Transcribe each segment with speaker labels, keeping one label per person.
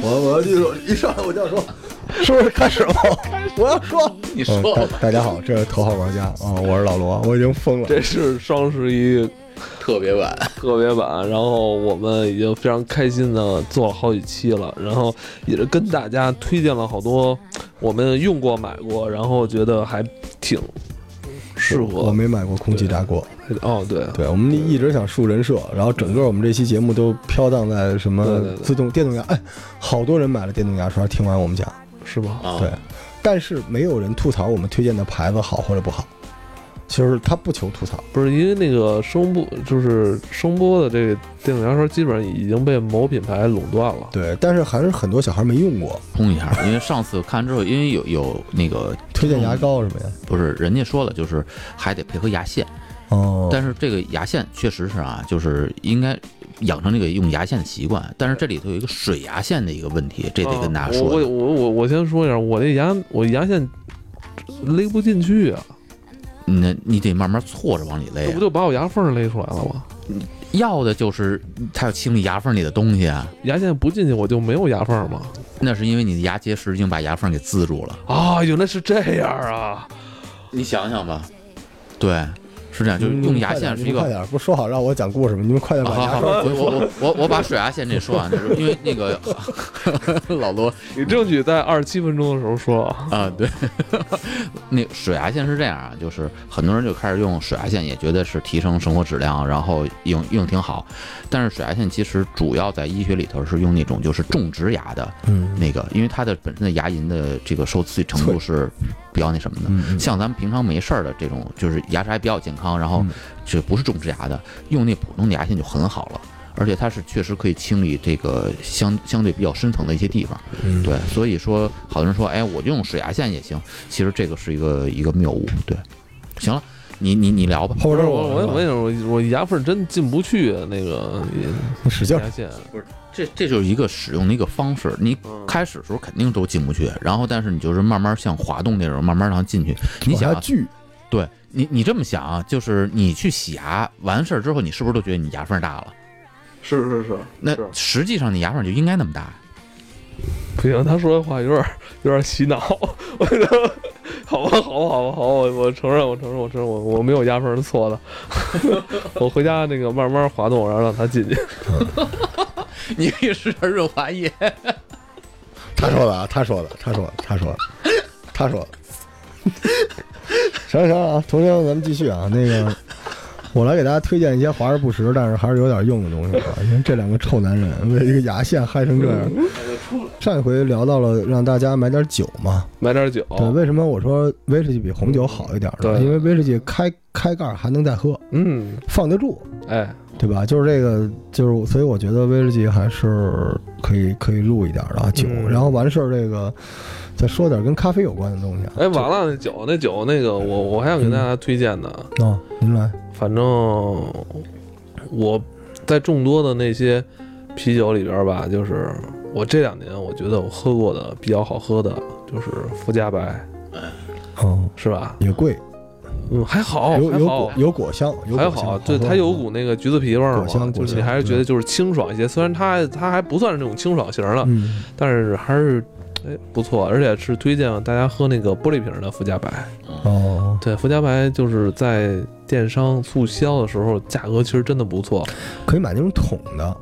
Speaker 1: 我我就一上来我就要说，是不是开始了？我要说，
Speaker 2: 你
Speaker 3: 嗯，
Speaker 2: 说
Speaker 3: 大
Speaker 2: 吧，
Speaker 3: 大家好，这是头号玩家啊、我是老罗，我已经疯了。
Speaker 2: 这是双十一
Speaker 1: 特别晚，
Speaker 2: 特别版，然后我们已经非常开心的做了好几期了，然后也是跟大家推荐了好多我们用过、买过，然后觉得还挺适
Speaker 3: 我
Speaker 2: 合。
Speaker 3: 没买过空气炸锅，
Speaker 2: 哦，对，
Speaker 3: 对我们一直想树人设，然后整个我们这期节目都飘荡在什
Speaker 2: 对
Speaker 3: 么
Speaker 2: 对对
Speaker 3: 自动电动牙，哎，好多人买了电动牙刷，听完我们讲，
Speaker 2: 是吧？
Speaker 1: 啊
Speaker 3: 对，但是没有人吐槽我们推荐的牌子好或者不好，其实他不求吐槽，
Speaker 2: 不是因为那个声波，就是声波的这个电动牙刷，基本上已经被某品牌垄断了。
Speaker 3: 对，但是还是很多小孩没用过，
Speaker 4: 通一下，因为上次看之后，因为有有那个
Speaker 3: 推荐牙膏什么呀？
Speaker 4: 不是人家说了，就是还得配合牙线，
Speaker 3: 哦，
Speaker 4: 但是这个牙线确实是啊，就是应该养成这个用牙线的习惯，但是这里头有一个水牙线的一个问题，这得跟大家
Speaker 2: 啊我
Speaker 4: 说
Speaker 2: 我
Speaker 4: 一下。
Speaker 2: 我我我先说一下，我那牙我牙线勒不进去啊，
Speaker 4: 那你得慢慢搓着往里勒
Speaker 2: 这
Speaker 4: 啊
Speaker 2: 不，就把我牙缝勒出来了吗？
Speaker 4: 要的就是它要清理牙缝里的东西啊。
Speaker 2: 牙线不进去我就没有牙缝吗？
Speaker 4: 那是因为你的牙结石已经把牙缝给滋住了。
Speaker 2: 啊，原来是这样啊！
Speaker 4: 你想想吧，对，是这样，就是
Speaker 3: 你们
Speaker 4: 用牙
Speaker 3: 快点
Speaker 4: 线是
Speaker 3: 你
Speaker 4: 一
Speaker 3: 们快
Speaker 4: 个
Speaker 3: 点，不是说好让我讲故事吗？你们快点
Speaker 4: 啊
Speaker 3: 把
Speaker 4: 好
Speaker 3: 牙
Speaker 4: 好，
Speaker 3: 刷
Speaker 4: 我我我我我把水牙线这说完，就是因为那个 老罗
Speaker 2: 你争取在二十七分钟的时候说啊。
Speaker 4: 啊，对， 那水牙线是这样啊，就是很多人就开始用水牙线，也觉得是提升生活质量，然后用用挺好。但是水牙线其实主要在医学里头是用那种就是种植牙的
Speaker 3: 嗯
Speaker 4: 那个，因为它的本身的牙龈的这个受刺激程度是比较那什么的。
Speaker 3: 嗯嗯
Speaker 4: 像咱们平常没事儿的这种，就是牙齿还比较健康，然后
Speaker 3: 嗯
Speaker 4: 就不是种植牙的，用那普通的牙线就很好了，而且它是确实可以清理这个相相对比较深层的一些地方。
Speaker 3: 嗯
Speaker 4: 对，所以说好多人说，哎，我就用水牙线也行，其实这个是一个一个谬误。对，行了，你你你聊吧。
Speaker 3: 后
Speaker 2: 不
Speaker 3: 边是
Speaker 2: 是我我
Speaker 3: 是吧
Speaker 2: 我也我我牙缝真进不去啊那个
Speaker 3: 你使劲儿
Speaker 2: 牙线，
Speaker 4: 这这就是一个使用的一个方式，你
Speaker 2: 嗯
Speaker 4: 开始的时候肯定都进不去，然后但是你就是慢慢像滑动那种，慢慢让它进去。你
Speaker 3: 往
Speaker 4: 想
Speaker 3: 下
Speaker 4: 啊，
Speaker 3: 锯，
Speaker 4: 对你你这么想啊，就是你去洗牙完事儿之后，你是不是都觉得你牙缝大了？
Speaker 2: 是是是，
Speaker 4: 那
Speaker 2: 是
Speaker 4: 实际上你牙缝就应该那么大。
Speaker 2: 不行，他说的话有点有点洗脑，我觉得好吧，好吧，好吧，好吧，我我承认，我承认，我承认，我我没有牙缝是错的， 我回家那个慢慢滑动，然后让他进去。
Speaker 4: 你可以试点润滑液。
Speaker 3: 他说的啊，他说的，他说的，他说的，他说的。行了行了啊，同学们，咱们继续啊。那个，我来给大家推荐一些华而不实，但是还是有点用的东西啊。因为这两个臭男人为一个牙线嗨成这样。上一回聊到了让大家买点酒嘛，
Speaker 2: 买点酒，
Speaker 3: 对，为什么我说威士忌比红酒好一点呢？
Speaker 2: 哦对
Speaker 3: 因为威士忌开开盖儿还能再喝，
Speaker 2: 嗯，
Speaker 3: 放得住，
Speaker 2: 哎，
Speaker 3: 对吧？就是这个，就是所以我觉得威士忌还是可以可以录一点的啊酒，
Speaker 2: 嗯
Speaker 3: 然后完事儿这个再说点跟咖啡有关的东西啊。
Speaker 2: 哎，完了，那酒，那酒，那个我我还想给大家推荐呢，
Speaker 3: 就哦，您来，
Speaker 2: 反正我在众多的那些啤酒里边吧，就是我这两年我觉得我喝过的比较好喝的就是福加白，
Speaker 3: 哦，
Speaker 2: 是吧？
Speaker 3: 也贵，
Speaker 2: 嗯，还好，
Speaker 3: 有
Speaker 2: 还
Speaker 3: 有
Speaker 2: 好
Speaker 3: 果。有果香，有
Speaker 2: 还
Speaker 3: 果
Speaker 2: 好，
Speaker 3: 香，
Speaker 2: 对
Speaker 3: 喝
Speaker 2: 它有股那个橘子皮味儿
Speaker 3: 果香
Speaker 2: 嘛，
Speaker 3: 果
Speaker 2: 就是你
Speaker 3: 香
Speaker 2: 还是觉
Speaker 3: 对
Speaker 2: 得就是清爽一些。虽然它它还不算是那种清爽型了，
Speaker 3: 嗯，
Speaker 2: 但是还是哎不错，而且是推荐大家喝那个玻璃瓶的福加白。
Speaker 3: 哦，
Speaker 2: 对，福加白就是在电商促销的时候，价格其实真的不错。
Speaker 3: 可以买那种桶的，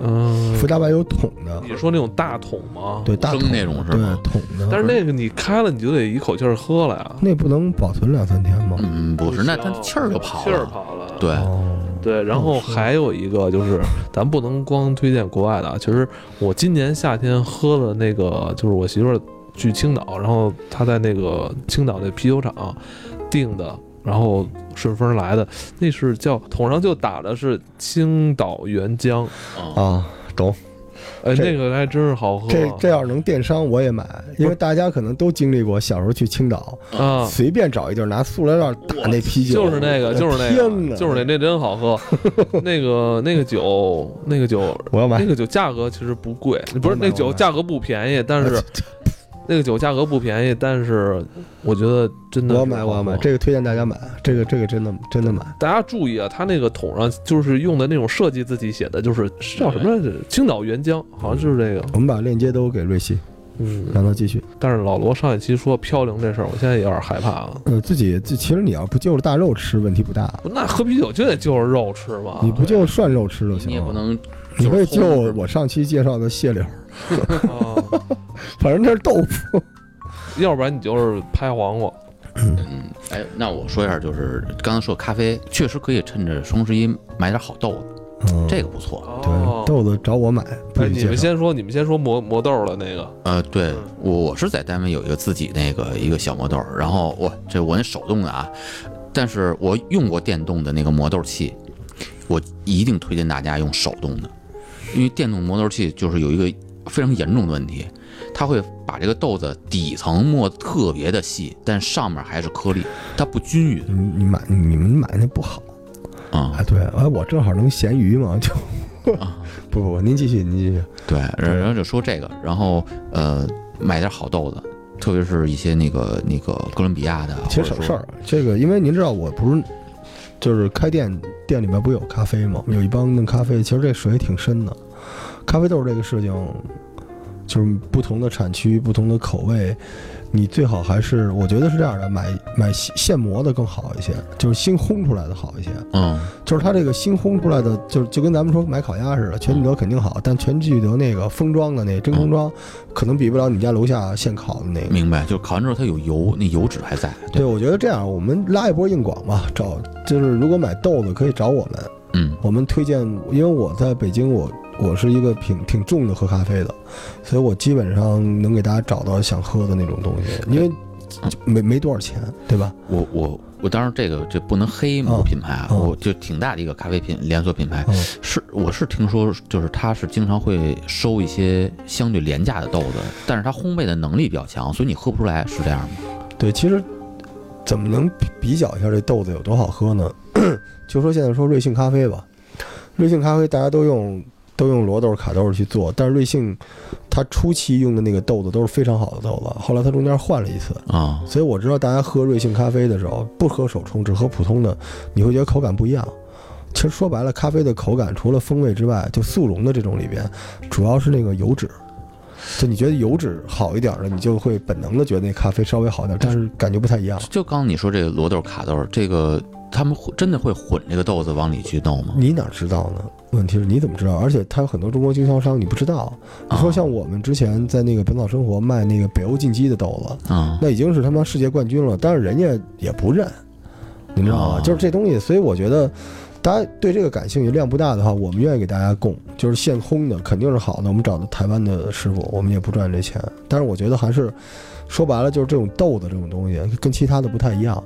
Speaker 2: 嗯，
Speaker 3: 福大白有桶的，
Speaker 2: 你说那种大桶吗？。
Speaker 3: 对，大桶
Speaker 4: 蒸那种是吗
Speaker 3: 对，桶的，
Speaker 2: 但是那个你开了，你就得一口气儿喝了呀。
Speaker 3: 那不能保存两三天吗？
Speaker 4: 嗯，不是，那它气儿就跑了。
Speaker 2: 气儿跑了。
Speaker 4: 嗯对，
Speaker 3: 哦，
Speaker 2: 对，然后还有一个就是，咱不能光推荐国外的啊。其实我今年夏天喝的那个，就是我媳妇儿去青岛，然后她在那个青岛那啤酒厂订的，然后顺丰来的，那是叫桶上就打的是青岛原浆，
Speaker 4: 啊，
Speaker 3: 啊，懂。
Speaker 2: 哎，
Speaker 3: 这
Speaker 2: 那个还真是好喝。啊
Speaker 3: 这这要是能电商我也买，因为大家可能都经历过小时候去青岛，
Speaker 2: 啊，
Speaker 3: 随便找一地儿拿塑料袋打那啤酒，哎
Speaker 2: 就是那个，就是那
Speaker 3: 天
Speaker 2: 个，
Speaker 3: 哪
Speaker 2: 就是那，那真好 喝。那个那个酒，那个酒，
Speaker 3: 我要买
Speaker 2: 那个酒价格其实不贵，不
Speaker 3: 我
Speaker 2: 是那
Speaker 3: 买我
Speaker 2: 酒
Speaker 3: 买
Speaker 2: 价格不便宜，但是那个酒价格不便宜，但是我觉得真的
Speaker 3: 我
Speaker 2: 是
Speaker 3: 要买，我要买，
Speaker 2: 好喝
Speaker 3: 这个推荐大家买，这个这个真的真的买。
Speaker 2: 大家注意啊，它那个桶上就是用的那种设计字体写的，就是叫什么来着？
Speaker 3: 嗯
Speaker 2: 青岛原浆，好像就是这个。
Speaker 3: 我们把链接都给瑞希，
Speaker 2: 嗯，
Speaker 3: 让他继续。
Speaker 2: 但是老罗上一期说飘零这事儿，我现在有点害怕了。
Speaker 3: 呃，自己自其实你要不就着大肉吃，问题不大。
Speaker 2: 那喝啤酒就得就着肉吃嘛，
Speaker 3: 你不就涮肉吃就行了。
Speaker 4: 你也不能
Speaker 3: 啊你可以就
Speaker 4: 就是
Speaker 3: 我上期介绍的蟹柳，
Speaker 2: 啊？
Speaker 3: 反正那是豆 腐。
Speaker 2: 要不然你就是拍黄瓜。
Speaker 4: 嗯，哎，那我说一下，就是刚才说咖啡，确实可以趁着双十一买点好豆子，
Speaker 3: 嗯
Speaker 4: 这个不错。
Speaker 2: 哦
Speaker 3: 对，豆子找我买，不
Speaker 2: 哎，
Speaker 3: 许
Speaker 2: 你们
Speaker 3: 介绍。
Speaker 2: 先说，你们先说磨磨豆儿的那个，
Speaker 4: 呃，对
Speaker 2: 嗯
Speaker 4: 我我是在单位有一个自己那个一个小磨豆儿，然后我这我那手动的啊，但是我用过电动的那个磨豆器，我一定推荐大家用手动的，因为电动磨豆器就是有一个非常严重的问题，它会把这个豆子底层磨得特别的细，但上面还是颗粒，它不均匀
Speaker 3: 你你买你们买那不好
Speaker 4: 啊、
Speaker 3: 啊！对，哎，我正好能咸鱼嘛，就
Speaker 4: 啊
Speaker 3: 不不不，您继续，您继续。
Speaker 4: 对，然然后就说这个，然后呃，买点好豆子，特别是一些那个那个哥伦比亚的，啊
Speaker 3: 其实
Speaker 4: 或者
Speaker 3: 省
Speaker 4: 说
Speaker 3: 事儿。这个，因为您知道，我不是就是开店，店里面不有咖啡吗？有一帮弄咖啡，其实这水挺深的。咖啡豆这个事情，就是不同的产区、不同的口味，你最好还是我觉得是这样的，买买现现磨的更好一些，就是新烘出来的好一些。
Speaker 4: 嗯，
Speaker 3: 就是它这个新烘出来的，就是就跟咱们说买烤鸭似的，全聚德肯定好，但全聚德那个封装的那真
Speaker 4: 嗯
Speaker 3: 空装，可能比不了你家楼下现烤的那个。
Speaker 4: 明白，就烤完之后它有油，那油脂还在。
Speaker 3: 对，，我觉得这样，我们拉一波硬广吧，找就是如果买豆子可以找我们，
Speaker 4: 嗯
Speaker 3: 我们推荐，因为我在北京我，我是一个挺挺重的喝咖啡的，所以我基本上能给大家找到想喝的那种东西，因为
Speaker 4: 嗯
Speaker 3: 没没多少钱，对吧？
Speaker 4: 我我我当然这个这不能黑某
Speaker 3: 嗯
Speaker 4: 品牌啊，
Speaker 3: 嗯
Speaker 4: 我就挺大的一个咖啡品连锁品牌，
Speaker 3: 嗯
Speaker 4: 是我是听说就是它是经常会收一些相对廉价的豆子，但是它烘焙的能力比较强，所以你喝不出来，是这样吗？
Speaker 3: 对，其实怎么能比比较一下这豆子有多好喝呢？ 就说现在说瑞幸咖啡吧，瑞幸咖啡大家都用都用罗豆、卡豆去做，但是瑞幸它初期用的那个豆子都是非常好的豆子，后来它中间换了一次。
Speaker 4: 啊、
Speaker 3: 所以我知道大家喝瑞幸咖啡的时候，不喝手冲，只喝普通的，你会觉得口感不一样。其实说白了，咖啡的口感除了风味之外，就速溶的这种里边，主要是那个油脂。就你觉得油脂好一点的，你就会本能的觉得那咖啡稍微好一点，但是感觉不太一样。
Speaker 4: 就刚刚你说这个罗豆卡豆，这个他们会真的会混这个豆子往里去弄吗？
Speaker 3: 你哪知道呢？问题是你怎么知道？而且它有很多中国经销商，你不知道。你说像我们之前在那个本草生活卖那个北欧进击的豆子，
Speaker 4: 啊、
Speaker 3: 那已经是他妈世界冠军了，但是人家也不认，你知道吗？
Speaker 4: 哦
Speaker 3: 就是这东西，所以我觉得大家对这个感兴趣，量不大的话，我们愿意给大家供，就是现烘的肯定是好的，我们找的台湾的师傅，我们也不赚这钱。但是我觉得还是说白了，就是这种豆的这种东西跟其他的不太一样，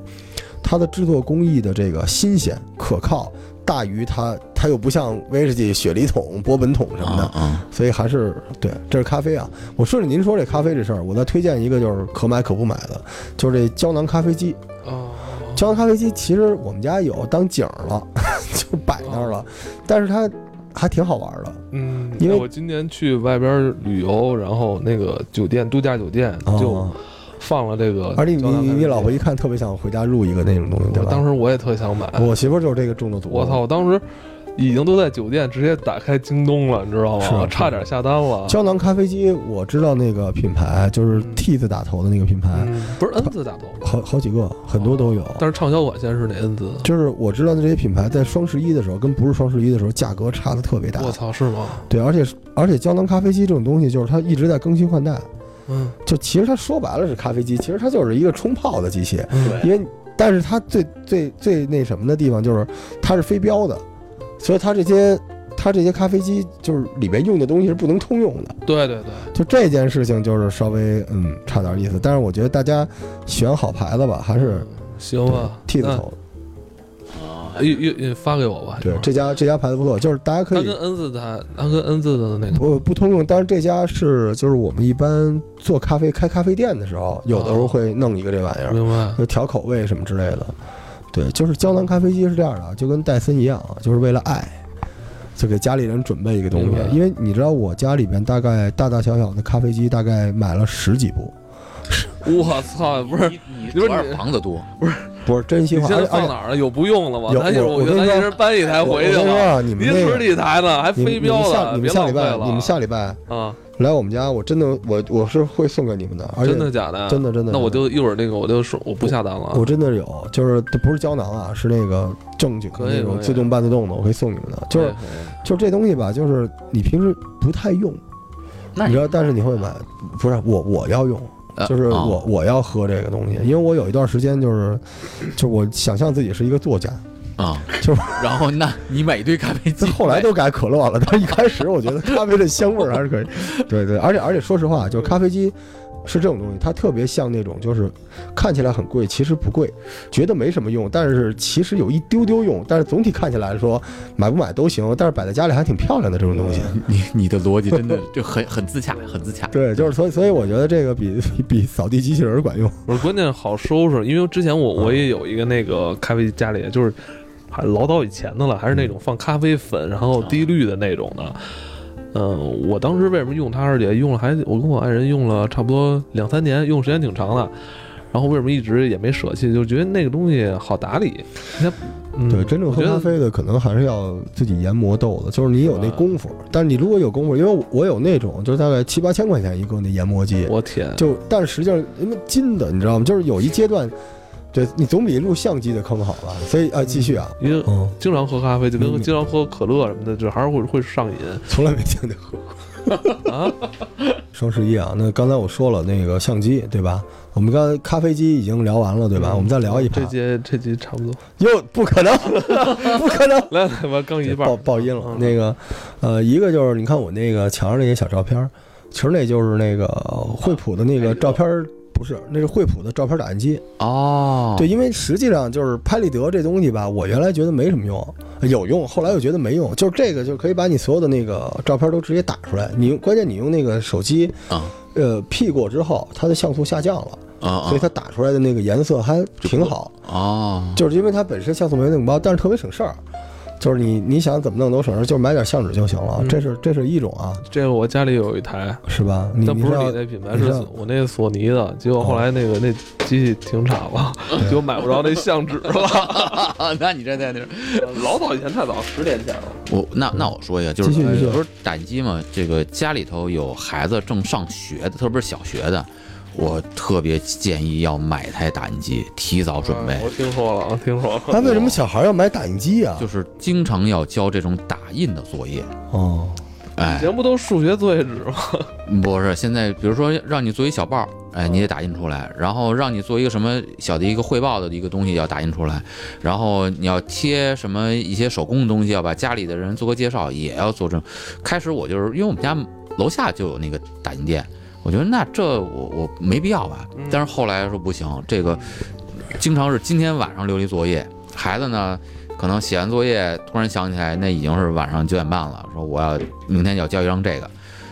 Speaker 3: 它的制作工艺的这个新鲜可靠。大于它，它又不像威士忌、雪梨桶、波本桶什么的，
Speaker 4: 啊啊！
Speaker 3: 所以还是对，这是咖啡啊。我顺着您说这咖啡这事儿，我再推荐一个就是可买可不买的，就是这胶囊咖啡机。
Speaker 2: 哦，
Speaker 3: 胶囊咖啡机其实我们家有当景儿了， 就摆那儿了，但是它还挺好玩的。
Speaker 2: 嗯，
Speaker 3: 因为
Speaker 2: 我今年去外边旅游，然后那个酒店度假酒店就
Speaker 3: 哦
Speaker 2: 放了这个，
Speaker 3: 而且你你你老婆一看特别想回家入一个那种东西，
Speaker 2: 嗯
Speaker 3: 对
Speaker 2: 我
Speaker 3: 吧？哦
Speaker 2: 当时我也特想买，
Speaker 3: 我媳妇儿就是这个中的毒。
Speaker 2: 我操，！我当时已经都在酒店直接打开京东了，你知道
Speaker 3: 是啊
Speaker 2: 吗？差点下单了。
Speaker 3: 胶囊咖啡机我知道那个品牌，就是 T 字打头的那个品牌，
Speaker 2: 嗯，不是 N 字打头，
Speaker 3: 好好几个，很多都有。
Speaker 2: 但是畅销款现在是哪 N 字？
Speaker 3: 就是我知道的这些品牌在双十一的时候跟不是双十一的时候价格差的特别大。
Speaker 2: 我操，是吗？
Speaker 3: 对，而且是而且胶囊咖啡机这种东西，就是它一直在更新换代。
Speaker 2: 嗯，
Speaker 3: 就其实它说白了是咖啡机，其实它就是一个冲泡的机器。
Speaker 2: 对，
Speaker 3: 因为但是它最最最那什么的地方就是它是非标的，所以它这些它这些咖啡机就是里面用的东西是不能通用的。
Speaker 2: 对对对，
Speaker 3: 就这件事情就是稍微嗯差点意思，但是我觉得大家选好牌子吧，还是
Speaker 2: 嗯行吧呃
Speaker 3: 剃子
Speaker 2: 那
Speaker 3: 头。
Speaker 2: 一一一发给我吧。
Speaker 3: 对
Speaker 2: 一，会儿
Speaker 3: 这家这家牌子不错，就是大家可
Speaker 2: 它
Speaker 3: 以
Speaker 2: 跟 N 字它，它跟 N 字的那个，
Speaker 3: 不不通用，但是这家是就是我们一般做咖啡开咖啡店的时
Speaker 2: 哦
Speaker 3: 候，有的时候会弄一个这玩意儿，
Speaker 2: 明白？
Speaker 3: 就调口味什么之类的。对，就是胶囊咖啡机是这样的，啊就跟戴森一样，啊就是为了爱，就给家里人准备一个东
Speaker 2: 明白
Speaker 3: 西。因为你知道我家里边大概大大小小的咖啡机大概买了十几部，
Speaker 2: 我操，不是，
Speaker 4: 你你
Speaker 2: 你说
Speaker 4: 主要
Speaker 2: 你
Speaker 4: 是房子多，
Speaker 3: 不是真心
Speaker 2: 你
Speaker 3: 话，
Speaker 2: 现
Speaker 3: 而
Speaker 2: 在
Speaker 3: 且而
Speaker 2: 放
Speaker 3: 且
Speaker 2: 哪儿了？有不用了吗？
Speaker 3: 有
Speaker 2: 咱就
Speaker 3: 我我
Speaker 2: 我觉得
Speaker 3: 跟你
Speaker 2: 咱一
Speaker 3: 说
Speaker 2: 人搬一台回去
Speaker 3: 我跟你说啊
Speaker 2: 了，
Speaker 3: 你们
Speaker 2: 离
Speaker 3: 那个
Speaker 2: 村里台呢，还飞
Speaker 3: 你你们
Speaker 2: 镖
Speaker 3: 下
Speaker 2: 了，
Speaker 3: 你们
Speaker 2: 别
Speaker 3: 下礼
Speaker 2: 浪费
Speaker 3: 拜
Speaker 2: 了。
Speaker 3: 你们下礼拜
Speaker 2: 啊，
Speaker 3: 来我们家，我真的我我是会送给你们的，而且
Speaker 2: 真的假的？
Speaker 3: 真的真的
Speaker 2: 那我就一会儿那个，我就说我不下单了。啊
Speaker 3: 我真的有，就是它不是胶囊啊，是那个正经的
Speaker 2: 可以
Speaker 3: 那种
Speaker 2: 可以
Speaker 3: 自动半自动的，我可以送你们的。就是
Speaker 2: 哎
Speaker 3: 就是这东西吧，就是你平时不太用，
Speaker 4: 那
Speaker 3: 你知道，但是你会买，不是我我要用，
Speaker 4: 呃
Speaker 3: 就是
Speaker 2: 哦
Speaker 4: 啊
Speaker 3: 我我要喝这个东西，因为我有一段时间就是，就我想象自己是一个作家，
Speaker 4: 啊，
Speaker 3: 就是
Speaker 4: 然后那你买一堆咖啡机，
Speaker 3: 后来都改可乐了，但是一开始我觉得咖啡的香味儿还 是可以，对对，而且而且说实话，就是咖啡机。是这种东西，它特别像那种，就是看起来很贵，其实不贵，觉得没什么用，但是其实有一丢丢用，但是总体看起来说买不买都行，但是摆在家里还挺漂亮的这种东
Speaker 2: 嗯
Speaker 3: 西。
Speaker 4: 你你的逻辑真的就很很自洽，很自洽。
Speaker 3: 对，就是所以所以我觉得这个比比比扫地机器人儿管用。
Speaker 2: 不是，关键好收拾，因为之前我我也有一个那个咖啡机家里就是还老早以前的了，还是那种放咖啡粉然后滴滤的那种的。嗯，我当时为什么用它，而且用了还我跟我爱人用了差不多两三年，用时间挺长的。然后为什么一直也没舍弃，就觉得那个东西好打理。你看，嗯、
Speaker 3: 对，真正
Speaker 2: 我
Speaker 3: 喝
Speaker 2: 觉
Speaker 3: 咖
Speaker 2: 得
Speaker 3: 啡的可能还是要自己研磨豆子，就是你有那
Speaker 2: 是吧
Speaker 3: 功夫。但是你如果有功夫，因为我我有那种就是大概七八千块钱一个那研磨机，
Speaker 2: 我天，
Speaker 3: 就但实际上因为金的，你知道吗？就是有一阶段，对你总比入相机的坑好吧？所以啊，继续啊，
Speaker 2: 因为
Speaker 3: 嗯，
Speaker 2: 经常喝咖啡，就跟
Speaker 3: 嗯
Speaker 2: 经常喝可乐什么的，就还是会会上瘾
Speaker 3: 从来没见你喝。
Speaker 2: 啊。
Speaker 3: 双十一啊，那刚才我说了那个相机对吧？我们刚才咖啡机已经聊完了对吧？我们再聊一
Speaker 2: 嗯这
Speaker 3: 盘，
Speaker 2: 节这节差不多，
Speaker 3: 又不可能，不可能。
Speaker 2: 来来吧，刚 一半
Speaker 3: 爆
Speaker 2: 儿，
Speaker 3: 爆音了。
Speaker 2: 嗯
Speaker 3: 那个，呃，一个就是你看我那个墙上那些小照片儿，其实那就是那个惠普的那个照片儿，不是，那是惠普的照片打印机。
Speaker 4: 哦，
Speaker 3: 对，因为实际上就是拍立得这东西吧，我原来觉得没什么用，有用，后来又觉得没用。就是这个，就可以把你所有的那个照片都直接打出来。你用，关键你用那个手机，
Speaker 4: 啊
Speaker 3: 呃，P 过之后，它的像素下降了，
Speaker 4: 啊啊
Speaker 3: 所以它打出来的那个颜色还挺好。
Speaker 4: 哦，
Speaker 3: 就是因为它本身像素没那么高，但是特别省事儿。就是你你想怎么弄都省事儿，就是买点相纸就行了。
Speaker 2: 嗯
Speaker 3: 这是这是一种啊，
Speaker 2: 这个我家里有一台，
Speaker 3: 是吧？你
Speaker 2: 但
Speaker 3: 你
Speaker 2: 不是
Speaker 3: 要
Speaker 2: 你那品牌，
Speaker 3: 你
Speaker 2: 是
Speaker 3: 是要
Speaker 2: 我那索尼的。结果后来那个那机器停产了，就买不着那相纸了。
Speaker 4: 那你这在那儿，
Speaker 2: 老早以前，太早，十年前了。
Speaker 4: 我那那我说一个，就
Speaker 3: 继续继续
Speaker 4: 是不是打印机嘛？这个家里头有孩子正上学的，特别是小学的，我特别建议要买台打印机，提早准备
Speaker 2: 哎。 我听说了，我听说了。
Speaker 3: 那为什么 小孩要买打印机啊？
Speaker 4: 就是经常要交这种打印的作业，
Speaker 3: 哦，
Speaker 2: 以
Speaker 4: 哎，
Speaker 2: 前不都数学作业纸吗？
Speaker 4: 不是现在，比如说让你做一小报，哎，你得打印出来，然后让你做一个什么小的一个汇报的一个东西要打印出来，然后你要贴什么一些手工的东西，啊要把家里的人做个介绍，也要做这种。开始我就是因为我们家楼下就有那个打印店，我觉得那这我我没必要吧
Speaker 2: 嗯，
Speaker 4: 但是后来说不行，这个经常是今天晚上留一作业，孩子呢。可能写完作业，突然想起来，那已经是晚上九点半了。说我要明天要交一张这个，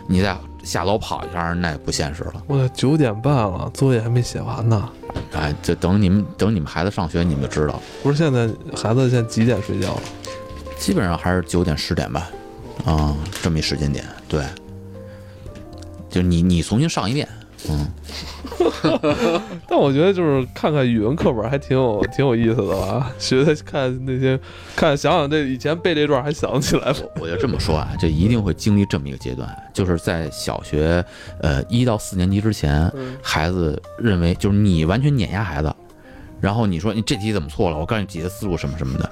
Speaker 4: 你再下楼跑一下，那也不现实了。
Speaker 2: 我操，九点半了，作业还没写完呢。
Speaker 4: 哎，就等你们等你们孩子上学，你们就知道了。
Speaker 2: 不是现在孩子现在几点睡觉了？
Speaker 4: 基本上还是九点十点吧，啊、这么一时间点，对，就你你重新上一遍，嗯，
Speaker 2: 但我觉得就是看看语文课本还挺有挺有意思的吧，学的看那些看想想这以前背这段还想不起来吗？
Speaker 4: 我就这么说啊，就一定会经历这么一个阶段，就是在小学呃一到四年级之前，孩子认为就是你完全碾压孩子。然后你说你这题怎么错了？我告诉你解决思路什么什么的。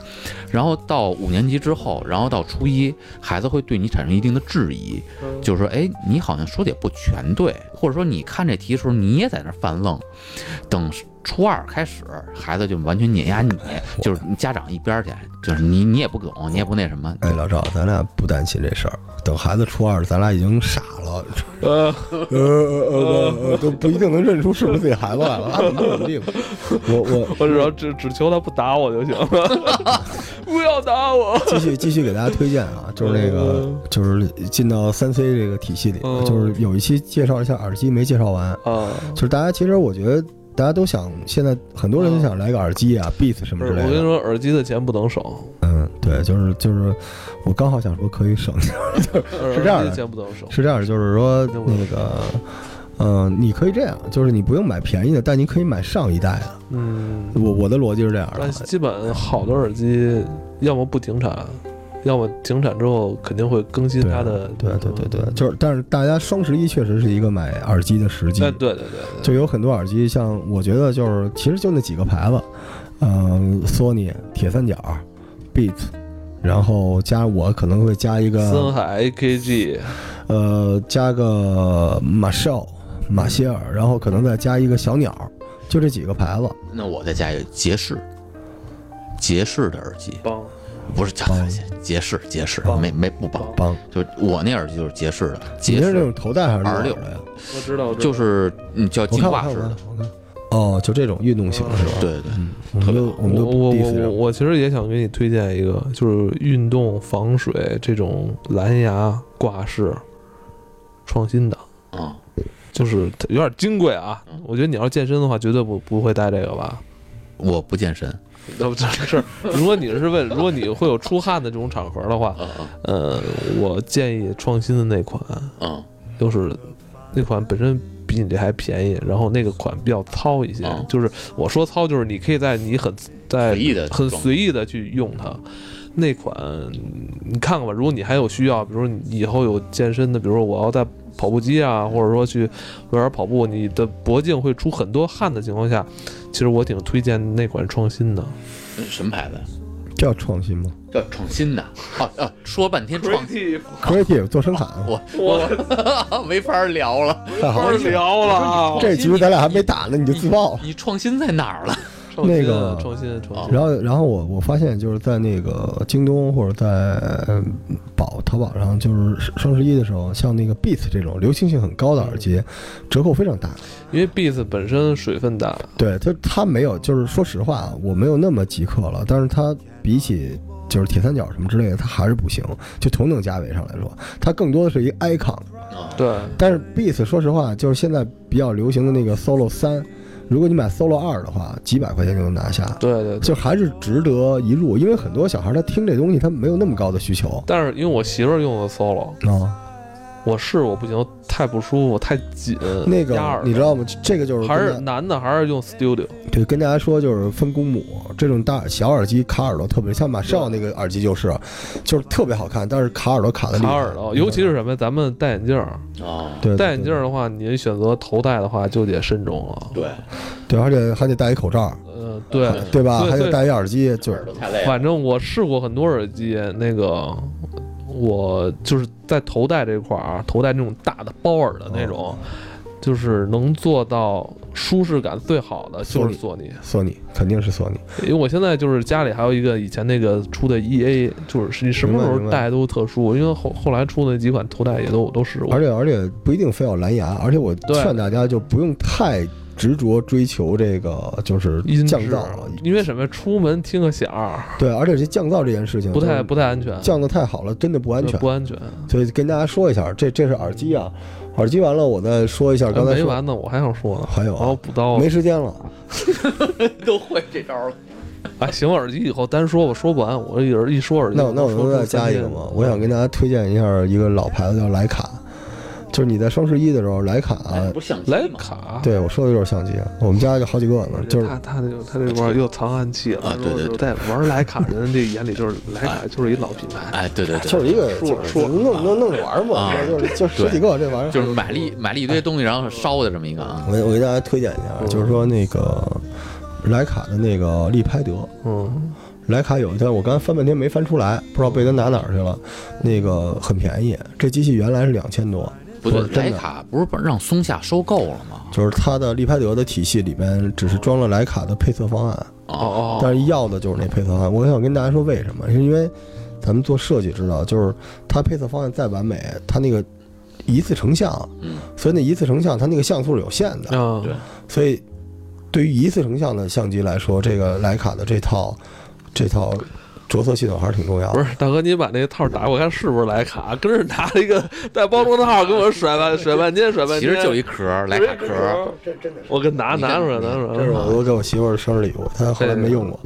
Speaker 4: 然后到五年级之后，然后到初一，孩子会对你产生一定的质疑，就是说，哎，你好像说的也不全对，或者说你看这题的时候你也在那儿犯愣。等初二开始，孩子就完全碾压你，就是你家长一边儿去，就是你你也不懂，你也不那什么。
Speaker 3: 哎，老赵，咱俩不担心这事儿。等孩子初二，咱俩已经傻了，
Speaker 2: 呃，
Speaker 3: 呃呃呃呃，都不一定能认出是不是自己孩子来了。啊怎么怎么地吧我我
Speaker 2: 我只要只只求他不打我就行 了，不要打我。
Speaker 3: 继续继续给大家推荐啊，就是那个
Speaker 2: 嗯
Speaker 3: 就是进到三 C 这个体系里，
Speaker 2: 嗯
Speaker 3: 就是有一期介绍一下耳机没介绍完，
Speaker 2: 啊，
Speaker 3: 就是大家其实我觉得大家都想，现在很多人都想来个耳机啊、Beats 什
Speaker 2: 不
Speaker 3: 么
Speaker 2: 嗯是，
Speaker 3: 之
Speaker 2: 我
Speaker 3: 类
Speaker 2: 跟你
Speaker 3: 的。
Speaker 2: 说，耳机的钱不能省，
Speaker 3: 嗯，对，就是就是，我刚好想说可以省，
Speaker 2: 是
Speaker 3: 这样的
Speaker 2: 钱不能省。
Speaker 3: 是这样的，就是说
Speaker 2: 那我
Speaker 3: 那个嗯、你可以这样，就是你不用买便宜的，但你可以买上一代的。
Speaker 2: 嗯，
Speaker 3: 我我的逻辑是这样
Speaker 2: 但
Speaker 3: 的，
Speaker 2: 基本好的耳机，要么不停产，要么停产之后肯定会更新
Speaker 3: 对
Speaker 2: 它的。嗯
Speaker 3: 对啊对对对，就是但是大家双十一确实是一个买耳机的时机
Speaker 2: 哎，，对对对对，
Speaker 3: 就有很多耳机，像我觉得就是其实就那几个牌子，嗯、索尼铁三角，Beat，然后加我可能会加一
Speaker 2: 森
Speaker 3: 个
Speaker 2: 海 AKG，
Speaker 3: 呃加个马少马歇尔，然后可能再加一个小鸟，就这几个牌子。
Speaker 4: 那我再加一个杰士，杰士的耳机
Speaker 2: 帮
Speaker 4: 不是叫
Speaker 3: 帮
Speaker 4: 杰士，杰士
Speaker 2: 帮
Speaker 4: 没没不帮，
Speaker 3: 帮，
Speaker 4: 就我那耳机就是杰士的，
Speaker 3: 你
Speaker 4: 杰
Speaker 3: 是那
Speaker 4: 士
Speaker 3: 种头戴还是
Speaker 4: 耳
Speaker 3: 绿
Speaker 4: 六
Speaker 3: 耳的呀？
Speaker 2: 我知道，我知道
Speaker 4: 就是嗯叫
Speaker 3: 我
Speaker 4: 进
Speaker 3: 看我
Speaker 4: 化
Speaker 3: 看
Speaker 4: 式
Speaker 3: 我
Speaker 4: 的
Speaker 3: 看，我看。哦，就这种运动型的是吧？，
Speaker 4: 对对对，
Speaker 3: 我们就我们就
Speaker 2: 我我
Speaker 3: 不 diss 这
Speaker 2: 我
Speaker 3: 种
Speaker 2: 我其实也想给你推荐一个，就是运动防水这种蓝牙挂饰，创新的，
Speaker 4: 嗯，
Speaker 2: 就是它有点金贵啊
Speaker 4: 嗯。
Speaker 2: 我觉得你要是健身的话，绝对不不会戴这个吧。
Speaker 4: 我不健身，
Speaker 2: 要不这是，如果你是为如果你会有出汗的这种场合的话，
Speaker 4: 嗯
Speaker 2: 呃，我建议创新的那款，
Speaker 4: 嗯
Speaker 2: 就是那款本身比你这还便宜，然后那个款比较糙一些。
Speaker 4: 嗯
Speaker 2: 就是我说糙，就是你可以在你很在
Speaker 4: 随意地
Speaker 2: 很
Speaker 4: 装
Speaker 2: 哦随意的去用它。那款你看看吧，如果你还有需要，比如说你以后有健身的，比如说我要在跑步机啊，或者说去外边跑步，你的脖颈会出很多汗的情况下，其实我挺推荐那款创新的。
Speaker 4: 嗯，什么牌子？
Speaker 3: 这叫创新吗
Speaker 4: 叫创新的哦哦，说半天创新，
Speaker 3: ？Creative 做声卡，
Speaker 4: 我我没法聊了，
Speaker 3: 太好了，
Speaker 2: 聊了啊
Speaker 3: 这局咱俩还没打呢，你就自爆 了。
Speaker 4: 你创新在哪儿了？
Speaker 2: 创新
Speaker 3: 那个
Speaker 2: 创新创新，
Speaker 3: 然后，然后我我发现就是在那个京东或者在呃宝淘宝上，就是双十一的时候，像那个 Beats 这种流行性很高的耳机，
Speaker 4: 嗯
Speaker 3: 折扣非常大。
Speaker 2: 因为 Beats 本身水分大，
Speaker 3: 对，就它没有，就是说实话，啊我没有那么极客了，但是它比起就是铁三角什么之类的，它还是不行。就同等价位上来说，它更多的是一个 icon。嗯
Speaker 4: 啊
Speaker 2: 对，
Speaker 3: 但是 Beats 说实话，就是现在比较流行的那个 Solo 三，如果你买 Solo 二的话，几百块钱就能拿下。
Speaker 2: 对对对。
Speaker 3: 就还是值得一入，因为很多小孩他听这东西，他没有那么高的需求
Speaker 2: 但是因为我媳妇儿用的 Solo，
Speaker 3: 啊。
Speaker 2: 我试我不行，太不舒服，太紧，
Speaker 3: 那
Speaker 2: 压
Speaker 3: 个
Speaker 2: 耳
Speaker 3: 你知道吗？这个就是
Speaker 2: 还是
Speaker 3: 跟大
Speaker 2: 男的还是用 Studio，
Speaker 3: 对跟大家说，就是分公母这种大小耳机卡耳朵特别像马少那个耳机就是，就是特别好看，但是卡耳朵卡的
Speaker 2: 卡耳朵，尤其是什么，咱们戴眼镜儿，
Speaker 4: 啊，
Speaker 3: 对对
Speaker 2: 戴眼镜儿的话，你选择头戴的话就得慎重了。
Speaker 4: 对，
Speaker 3: 对，而且还得戴一口罩，
Speaker 2: 呃，对，
Speaker 3: 对吧？
Speaker 2: 对
Speaker 3: 还得
Speaker 2: 对
Speaker 3: 戴一耳机，就是
Speaker 4: 耳朵太累了，
Speaker 2: 反正我试过很多耳机，那个我就是在头戴这块儿啊，头戴那种大的包耳的那种，
Speaker 3: 哦
Speaker 2: 就是能做到舒适感最好的就是索尼，
Speaker 3: 索尼肯定是索尼，
Speaker 2: 因为我现在就是家里还有一个以前那个出的 E A，就是你什么时
Speaker 3: 明白明
Speaker 2: 候
Speaker 3: 白
Speaker 2: 戴都特舒服，因为后后来出的那几款头戴也都我都试过
Speaker 3: 而。且而且不一定非要蓝牙，而且我
Speaker 2: 对
Speaker 3: 劝大家就不用太执着追求这个就是
Speaker 2: 音质啊
Speaker 3: 降噪了，
Speaker 2: 因为什么？出门听个响儿，
Speaker 3: 对，而且这降噪这件事情
Speaker 2: 不
Speaker 3: 就是
Speaker 2: 太不太安全，
Speaker 3: 降的太好了，真的不安全啊
Speaker 2: 不。安全。
Speaker 3: 所以跟大家说一下，这这是耳机啊，耳机完了我再说一下刚才
Speaker 2: 啊没
Speaker 3: 说
Speaker 2: 完呢，我还想说 呢，
Speaker 3: 还有
Speaker 2: 我要
Speaker 3: 啊，
Speaker 2: 补刀。
Speaker 3: 没时间了，
Speaker 4: 都会这招了。
Speaker 2: 哎，行，耳机以后单说我说不完，我一人一说耳机，
Speaker 3: 那我那我
Speaker 2: 说
Speaker 3: 能再加一个吗？我想跟大家推荐一下一个老牌子叫徕卡，就是你在双十一的时候，徕卡，
Speaker 4: 哎不是相机
Speaker 2: 莱
Speaker 4: 吗？
Speaker 2: 卡，
Speaker 3: 对我说的就是相机，我们家就好几个呢，就是
Speaker 2: 他他这他这块又藏暗器了，
Speaker 4: 啊对对对
Speaker 2: 在玩徕卡人这眼里就是徕卡就是一老品牌，
Speaker 4: 哎，对对对，
Speaker 3: 就是一个
Speaker 2: 说
Speaker 3: 就是
Speaker 2: 说
Speaker 3: 弄弄弄着玩嘛
Speaker 4: 啊，
Speaker 3: 就是就十几个这玩意儿，
Speaker 4: 就是买了一买了一堆东西，然后烧的这么一个啊
Speaker 3: 我，给我给大家推荐一下，啊就是说那个徕卡的那个利拍德，
Speaker 2: 嗯，
Speaker 3: 徕卡有一台，我刚才翻半天没翻出来，不知道被他拿哪儿去了。那个很便宜，这机器原来是两千多，
Speaker 4: 不对
Speaker 3: 不，是真
Speaker 4: 莱
Speaker 3: 的
Speaker 4: 卡不是把让松下收购了吗？
Speaker 3: 就是它的利拍德的体系里边只是装了徕卡的配色方案，
Speaker 4: 哦，
Speaker 2: 哦哦，
Speaker 3: 但是要的就是那配色方案。我想跟大家说为什么，是因为咱们做设计知道，就是它配色方案再完美，它那个一次成像，
Speaker 4: 嗯
Speaker 3: 所以那一次成像它那个像素是有限的，
Speaker 2: 嗯，
Speaker 4: 对
Speaker 3: 所以对于一次成像的相机来说，这个徕卡的这套这套着色系统还是挺重要
Speaker 2: 不
Speaker 3: 的。
Speaker 2: 是大哥，你把那个套打开，我看是不是莱卡？跟着拿了一个带包装套，跟我甩半甩半天，甩半天。
Speaker 4: 其实就一壳儿，莱卡壳
Speaker 2: 哦
Speaker 4: 儿，
Speaker 3: 真真的是，
Speaker 2: 我给拿拿出来，拿出
Speaker 3: 这是
Speaker 2: 来。
Speaker 3: 我我给我媳妇儿生日礼物，她后来没用过，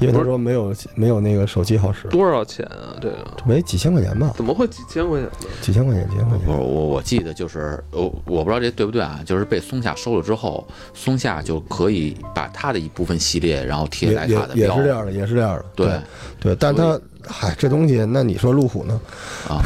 Speaker 3: 因为她说没有没有那个手机好使，
Speaker 2: 多少钱啊？这个
Speaker 3: 没几千块钱吧，
Speaker 2: 怎么会几千块钱呢？
Speaker 3: 几千块钱，几千块
Speaker 4: 我
Speaker 3: 钱。
Speaker 4: 我我记得就是我我不知道这对不对啊，就是被松下收了之后，松下就可以把它的一部分系列，然后贴
Speaker 3: 也
Speaker 4: 莱
Speaker 3: 也
Speaker 4: 卡的
Speaker 3: 也
Speaker 4: 标
Speaker 3: 是这样的，也是这样的，
Speaker 4: 对
Speaker 3: 对对，但
Speaker 4: 所
Speaker 3: 它嗨，这东西，那你说路虎呢？
Speaker 4: 啊，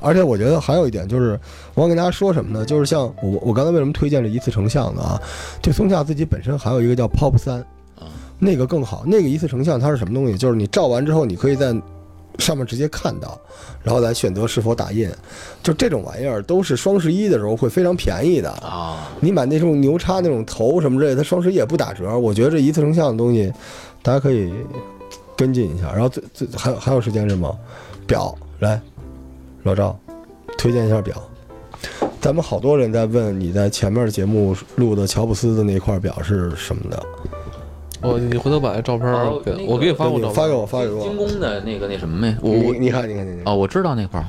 Speaker 3: 而且我觉得还有一点就是，我想跟大家说什么呢？就是像我我刚才为什么推荐这一次成像的啊？就松下自己本身还有一个叫 Pop 三，
Speaker 4: 啊
Speaker 3: 那个更好。那个一次成像它是什么东西？就是你照完之后，你可以在上面直接看到，然后来选择是否打印。就这种玩意儿都是双十一的时候会非常便宜的。
Speaker 4: 啊，
Speaker 3: 你买那种牛叉那种头什么之类的，它双十一也不打折。我觉得这一次成像的东西，大家可以跟进一下。然后最最还有还有时间是吗？表来，老赵，推荐一下表。咱们好多人在问你在前面节目录的乔布斯的那块表是什么的，
Speaker 2: 哦，你回头把这照片儿
Speaker 4: 哦那
Speaker 2: 给
Speaker 4: 个
Speaker 2: 我，给你发过
Speaker 3: 对
Speaker 2: 照片。
Speaker 3: 你发给我，嗯发给
Speaker 4: 精
Speaker 3: 我。
Speaker 4: 工的那个那什么呗，我
Speaker 3: 你
Speaker 4: 我
Speaker 3: 你看，你看，你看，
Speaker 4: 哦，我知道那块儿，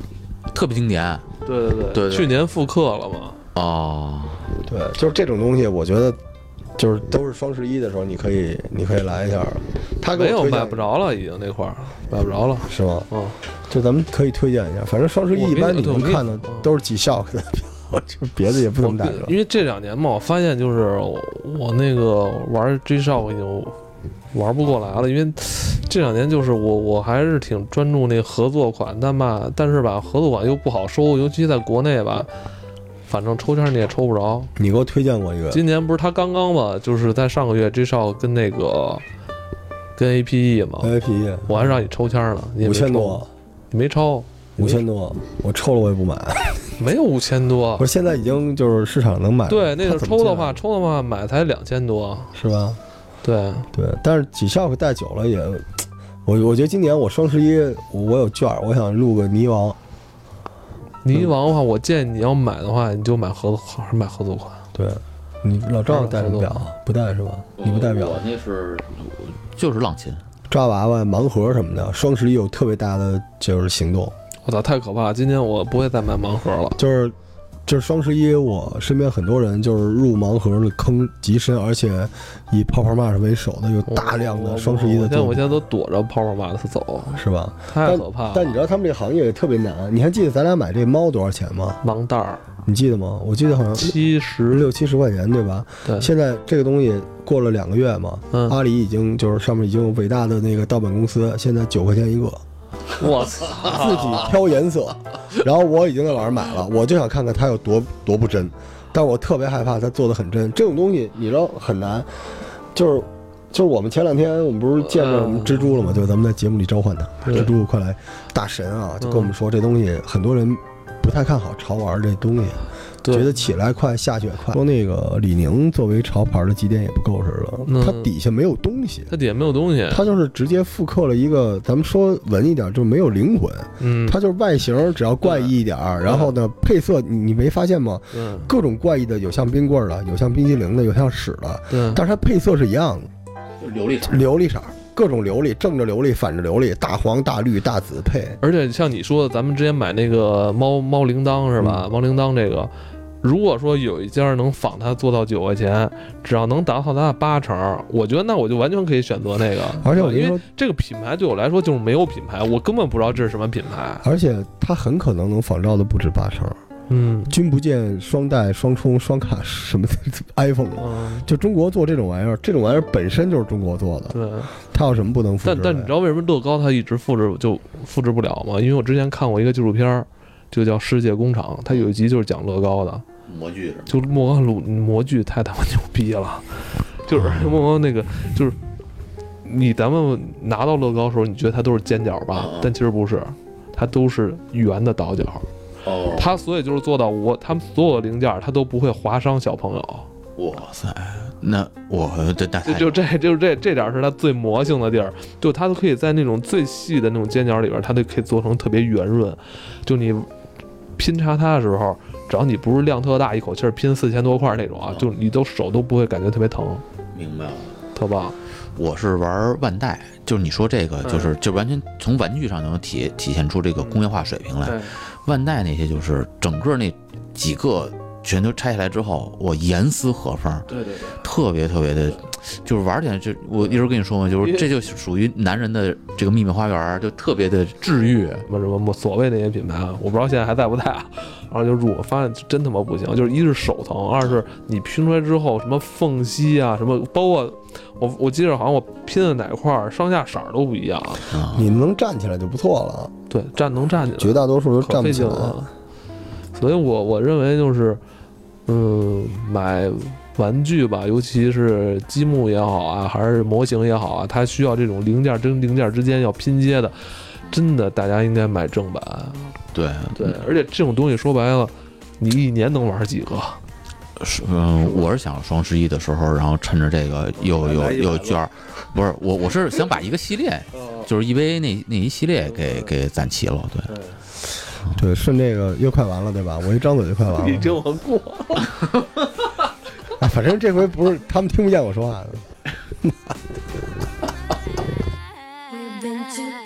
Speaker 4: 特别经典
Speaker 2: 对对对
Speaker 4: 对对
Speaker 2: 去年复刻了嘛？
Speaker 4: 哦，
Speaker 3: 对，就是这种东西，我觉得就是都是双十一的时候，你可以你可以来一下。他给
Speaker 2: 没
Speaker 3: 我
Speaker 2: 有
Speaker 3: 推荐
Speaker 2: 买不着了，已经那块儿买不着了。
Speaker 3: 是吗？
Speaker 2: 嗯，
Speaker 3: 就咱们可以推荐一下，反正双十一
Speaker 2: 我
Speaker 3: 一
Speaker 2: 给
Speaker 3: 般
Speaker 2: 你
Speaker 3: 你
Speaker 2: 对
Speaker 3: 们
Speaker 2: 我给你嗯
Speaker 3: 看的都是几 shock 的票，就是别的也不怎么打折
Speaker 2: 我。因为这两年嘛，我发现就是我我那个玩 G Shock 已经玩不过来了，因为这两年就是我我还是挺专注那合作款，但吧，但是吧，合作款又不好收，尤其在国内吧，反正抽签你也抽不着。
Speaker 3: 你给我推荐过一个，
Speaker 2: 今年不是他刚刚嘛，就是在上个月 G Shock 跟那个跟 APE 嘛，
Speaker 3: VIP
Speaker 2: 我还让你抽签呢，你也
Speaker 3: 五
Speaker 2: 没抽
Speaker 3: 千多，
Speaker 2: 你没抽，
Speaker 3: 五千多，我抽了我也不买。
Speaker 2: 没有五千多
Speaker 3: 不。是现在已经就是市场能买了，
Speaker 2: 对，那
Speaker 3: 它
Speaker 2: 个
Speaker 3: 怎么
Speaker 2: 抽的
Speaker 3: 进来
Speaker 2: 话，抽的话买才两千多，
Speaker 3: 是吧？
Speaker 2: 对，
Speaker 3: 对，但是几 shock 戴久了也，我我觉得今年我双十一我有券儿，我想入个泥王。
Speaker 2: 泥王的话，我建议你要买的话，你就买合作款，还是买合作款。
Speaker 3: 对，你老赵戴什么
Speaker 2: 还
Speaker 3: 表
Speaker 2: 嗯是？嗯
Speaker 3: 不戴是吧？你不戴表
Speaker 4: 我，那是就是浪琴，
Speaker 3: 抓娃娃、盲盒什么的，双十一有特别大的就是行动。
Speaker 2: 我操，太可怕了！今天我不会再买盲盒了。
Speaker 3: 就是就是双十一，我身边很多人就是入盲盒的坑极深，而且以泡泡玛特为首的有
Speaker 2: 我
Speaker 3: 大量
Speaker 2: 我
Speaker 3: 的双十一
Speaker 2: 我
Speaker 3: 的
Speaker 2: 现在我
Speaker 3: 作
Speaker 2: 现
Speaker 3: 品，
Speaker 2: 在都躲着泡泡玛特走，
Speaker 3: 是吧？
Speaker 2: 太可怕了。
Speaker 3: 但你知道他们这行业也特别难。你还记得咱俩买这猫多少钱吗？
Speaker 2: 盲袋儿
Speaker 3: 你记得吗？我记得好像
Speaker 2: 七
Speaker 3: 十
Speaker 2: 十，
Speaker 3: 六七十块钱，对吧？
Speaker 2: 对，
Speaker 3: 现在这个东西过了两个月嘛，
Speaker 2: 嗯
Speaker 3: 阿里已经就是上面已经有伟大的那个盗版公司，现在九块钱一个，
Speaker 2: 我操，
Speaker 3: 自己挑颜 色，然后我已经在网上买了，我就想看看它有多多不真，但我特别害怕它做的很真。这种东西你知道很难，就是就是我们前两天我们不是见着我们蜘蛛了吗？就咱们在节目里召唤它，
Speaker 2: 对
Speaker 3: 蜘蛛快来，大神啊，就跟我们说这东西很多人不太看好潮玩这东西，
Speaker 2: 对
Speaker 3: 觉得起来快下去也快。说那个李宁作为潮牌的极点也不够似
Speaker 2: 嗯
Speaker 3: 的，它底下没有东西。
Speaker 2: 它底下没有东西。
Speaker 3: 它就是直接复刻了一个，咱们说文一点，就是没有灵魂。
Speaker 2: 嗯，
Speaker 3: 它就是外形只要怪异一点儿，然后呢配色你你没发现吗？
Speaker 2: 嗯，
Speaker 3: 各种怪异的，有像冰棍儿的，有像冰激凌的，有像屎的，
Speaker 2: 对，
Speaker 3: 但是它配色是一样的，
Speaker 4: 琉璃
Speaker 3: 琉璃色儿，各种琉璃，正着琉璃，反着琉璃，大黄、大绿、大紫配。
Speaker 2: 而且像你说的，咱们之前买那个猫猫铃铛是
Speaker 3: 嗯
Speaker 2: 吧？猫铃铛这个，如果说有一家能仿它做到九块钱，只要能达到它的八成，我觉得那我就完全可以选择那个。
Speaker 3: 而且我跟你
Speaker 2: 因
Speaker 3: 说
Speaker 2: 为，这个品牌对我来说就是没有品牌，我根本不知道这是什么品牌。
Speaker 3: 而且它很可能能仿照的不止八成。
Speaker 2: 嗯
Speaker 3: 君不见双待、双充、双卡什么 iPhone 了
Speaker 2: 嗯，
Speaker 3: 就中国做这种玩意儿，这种玩意儿本身就是中国做的，
Speaker 2: 对。
Speaker 3: 它有什么不能复制
Speaker 2: 但
Speaker 3: 的？
Speaker 2: 但你知道为什么乐高它一直复制就复制不了吗？因为我之前看过一个纪录片儿，就叫《世界工厂》，它有一集就是讲乐高的，
Speaker 4: 模具是吗
Speaker 2: 就莫高鲁模具太他妈牛逼了，就是莫高那个就是。你咱们拿到乐高的时候，你觉得它都是尖角吧
Speaker 4: 嗯嗯？
Speaker 2: 但其实不是，它都是圆的倒角。
Speaker 4: 哦，
Speaker 2: 它所以就是做到我，它们所有的零件儿它都不会划伤小朋友。
Speaker 4: 哇塞，那我这那
Speaker 2: 就
Speaker 4: 太
Speaker 2: 就这就是这这点儿是它最魔性的地儿，就它都可以在那种最细的那种尖角里边儿，它都可以做成特别圆润。就你拼插它的时候，只要你不是量特大，一口气儿拼四千多块儿那种啊
Speaker 4: 嗯，
Speaker 2: 就你都手都不会感觉特别疼，
Speaker 4: 明白了。
Speaker 2: 特棒。
Speaker 4: 我是玩万代，就是你说这个，
Speaker 2: 嗯
Speaker 4: 就是就完全从玩具上就能体体现出这个工业化水平来。
Speaker 2: 对，
Speaker 4: 万代那些就是整个那几个全都拆下来之后，我严丝合缝，
Speaker 2: 对对对，
Speaker 4: 特别特别的，就是玩起来就我一直跟你说嘛，就是
Speaker 2: 因为
Speaker 4: 这就属于男人的这个秘密花园，就特别的治愈。
Speaker 2: 什么什么所谓那些品牌啊，我不知道现在还在不在啊。然后就入，我发现真他妈不行，就是一是手疼，二是你拼出来之后什么缝隙啊，什么包括我我记得好像我拼的哪块儿上下色儿都不一样啊。
Speaker 4: 啊、
Speaker 1: 你能站起来就不错了，
Speaker 2: 对，站能站起来，
Speaker 1: 绝大多数都
Speaker 2: 可
Speaker 1: 站不
Speaker 2: 费
Speaker 1: 起
Speaker 2: 劲
Speaker 1: 来。
Speaker 2: 了。啊所以我我认为就是，嗯，买玩具吧，尤其是积木也好啊，还是模型也好啊，它需要这种零件跟零件之间要拼接的，真的大家应该买正版。
Speaker 4: 对
Speaker 2: 对，
Speaker 1: 嗯
Speaker 2: 而且这种东西说白了，你一年能玩几个？
Speaker 4: 是，嗯、我是想双十一的时候，然后趁着这个有有有券儿，不是我我是想把一个系列，
Speaker 2: 哦
Speaker 4: 就是 EVA 那那一系列给给攒齐了。对，
Speaker 1: 对，顺这个又快完了，对吧？ 我一张嘴就快完
Speaker 2: 你
Speaker 1: 了。
Speaker 2: 跟我过，
Speaker 1: 啊，反正这回不是他们听不见我说话的。
Speaker 5: We've been too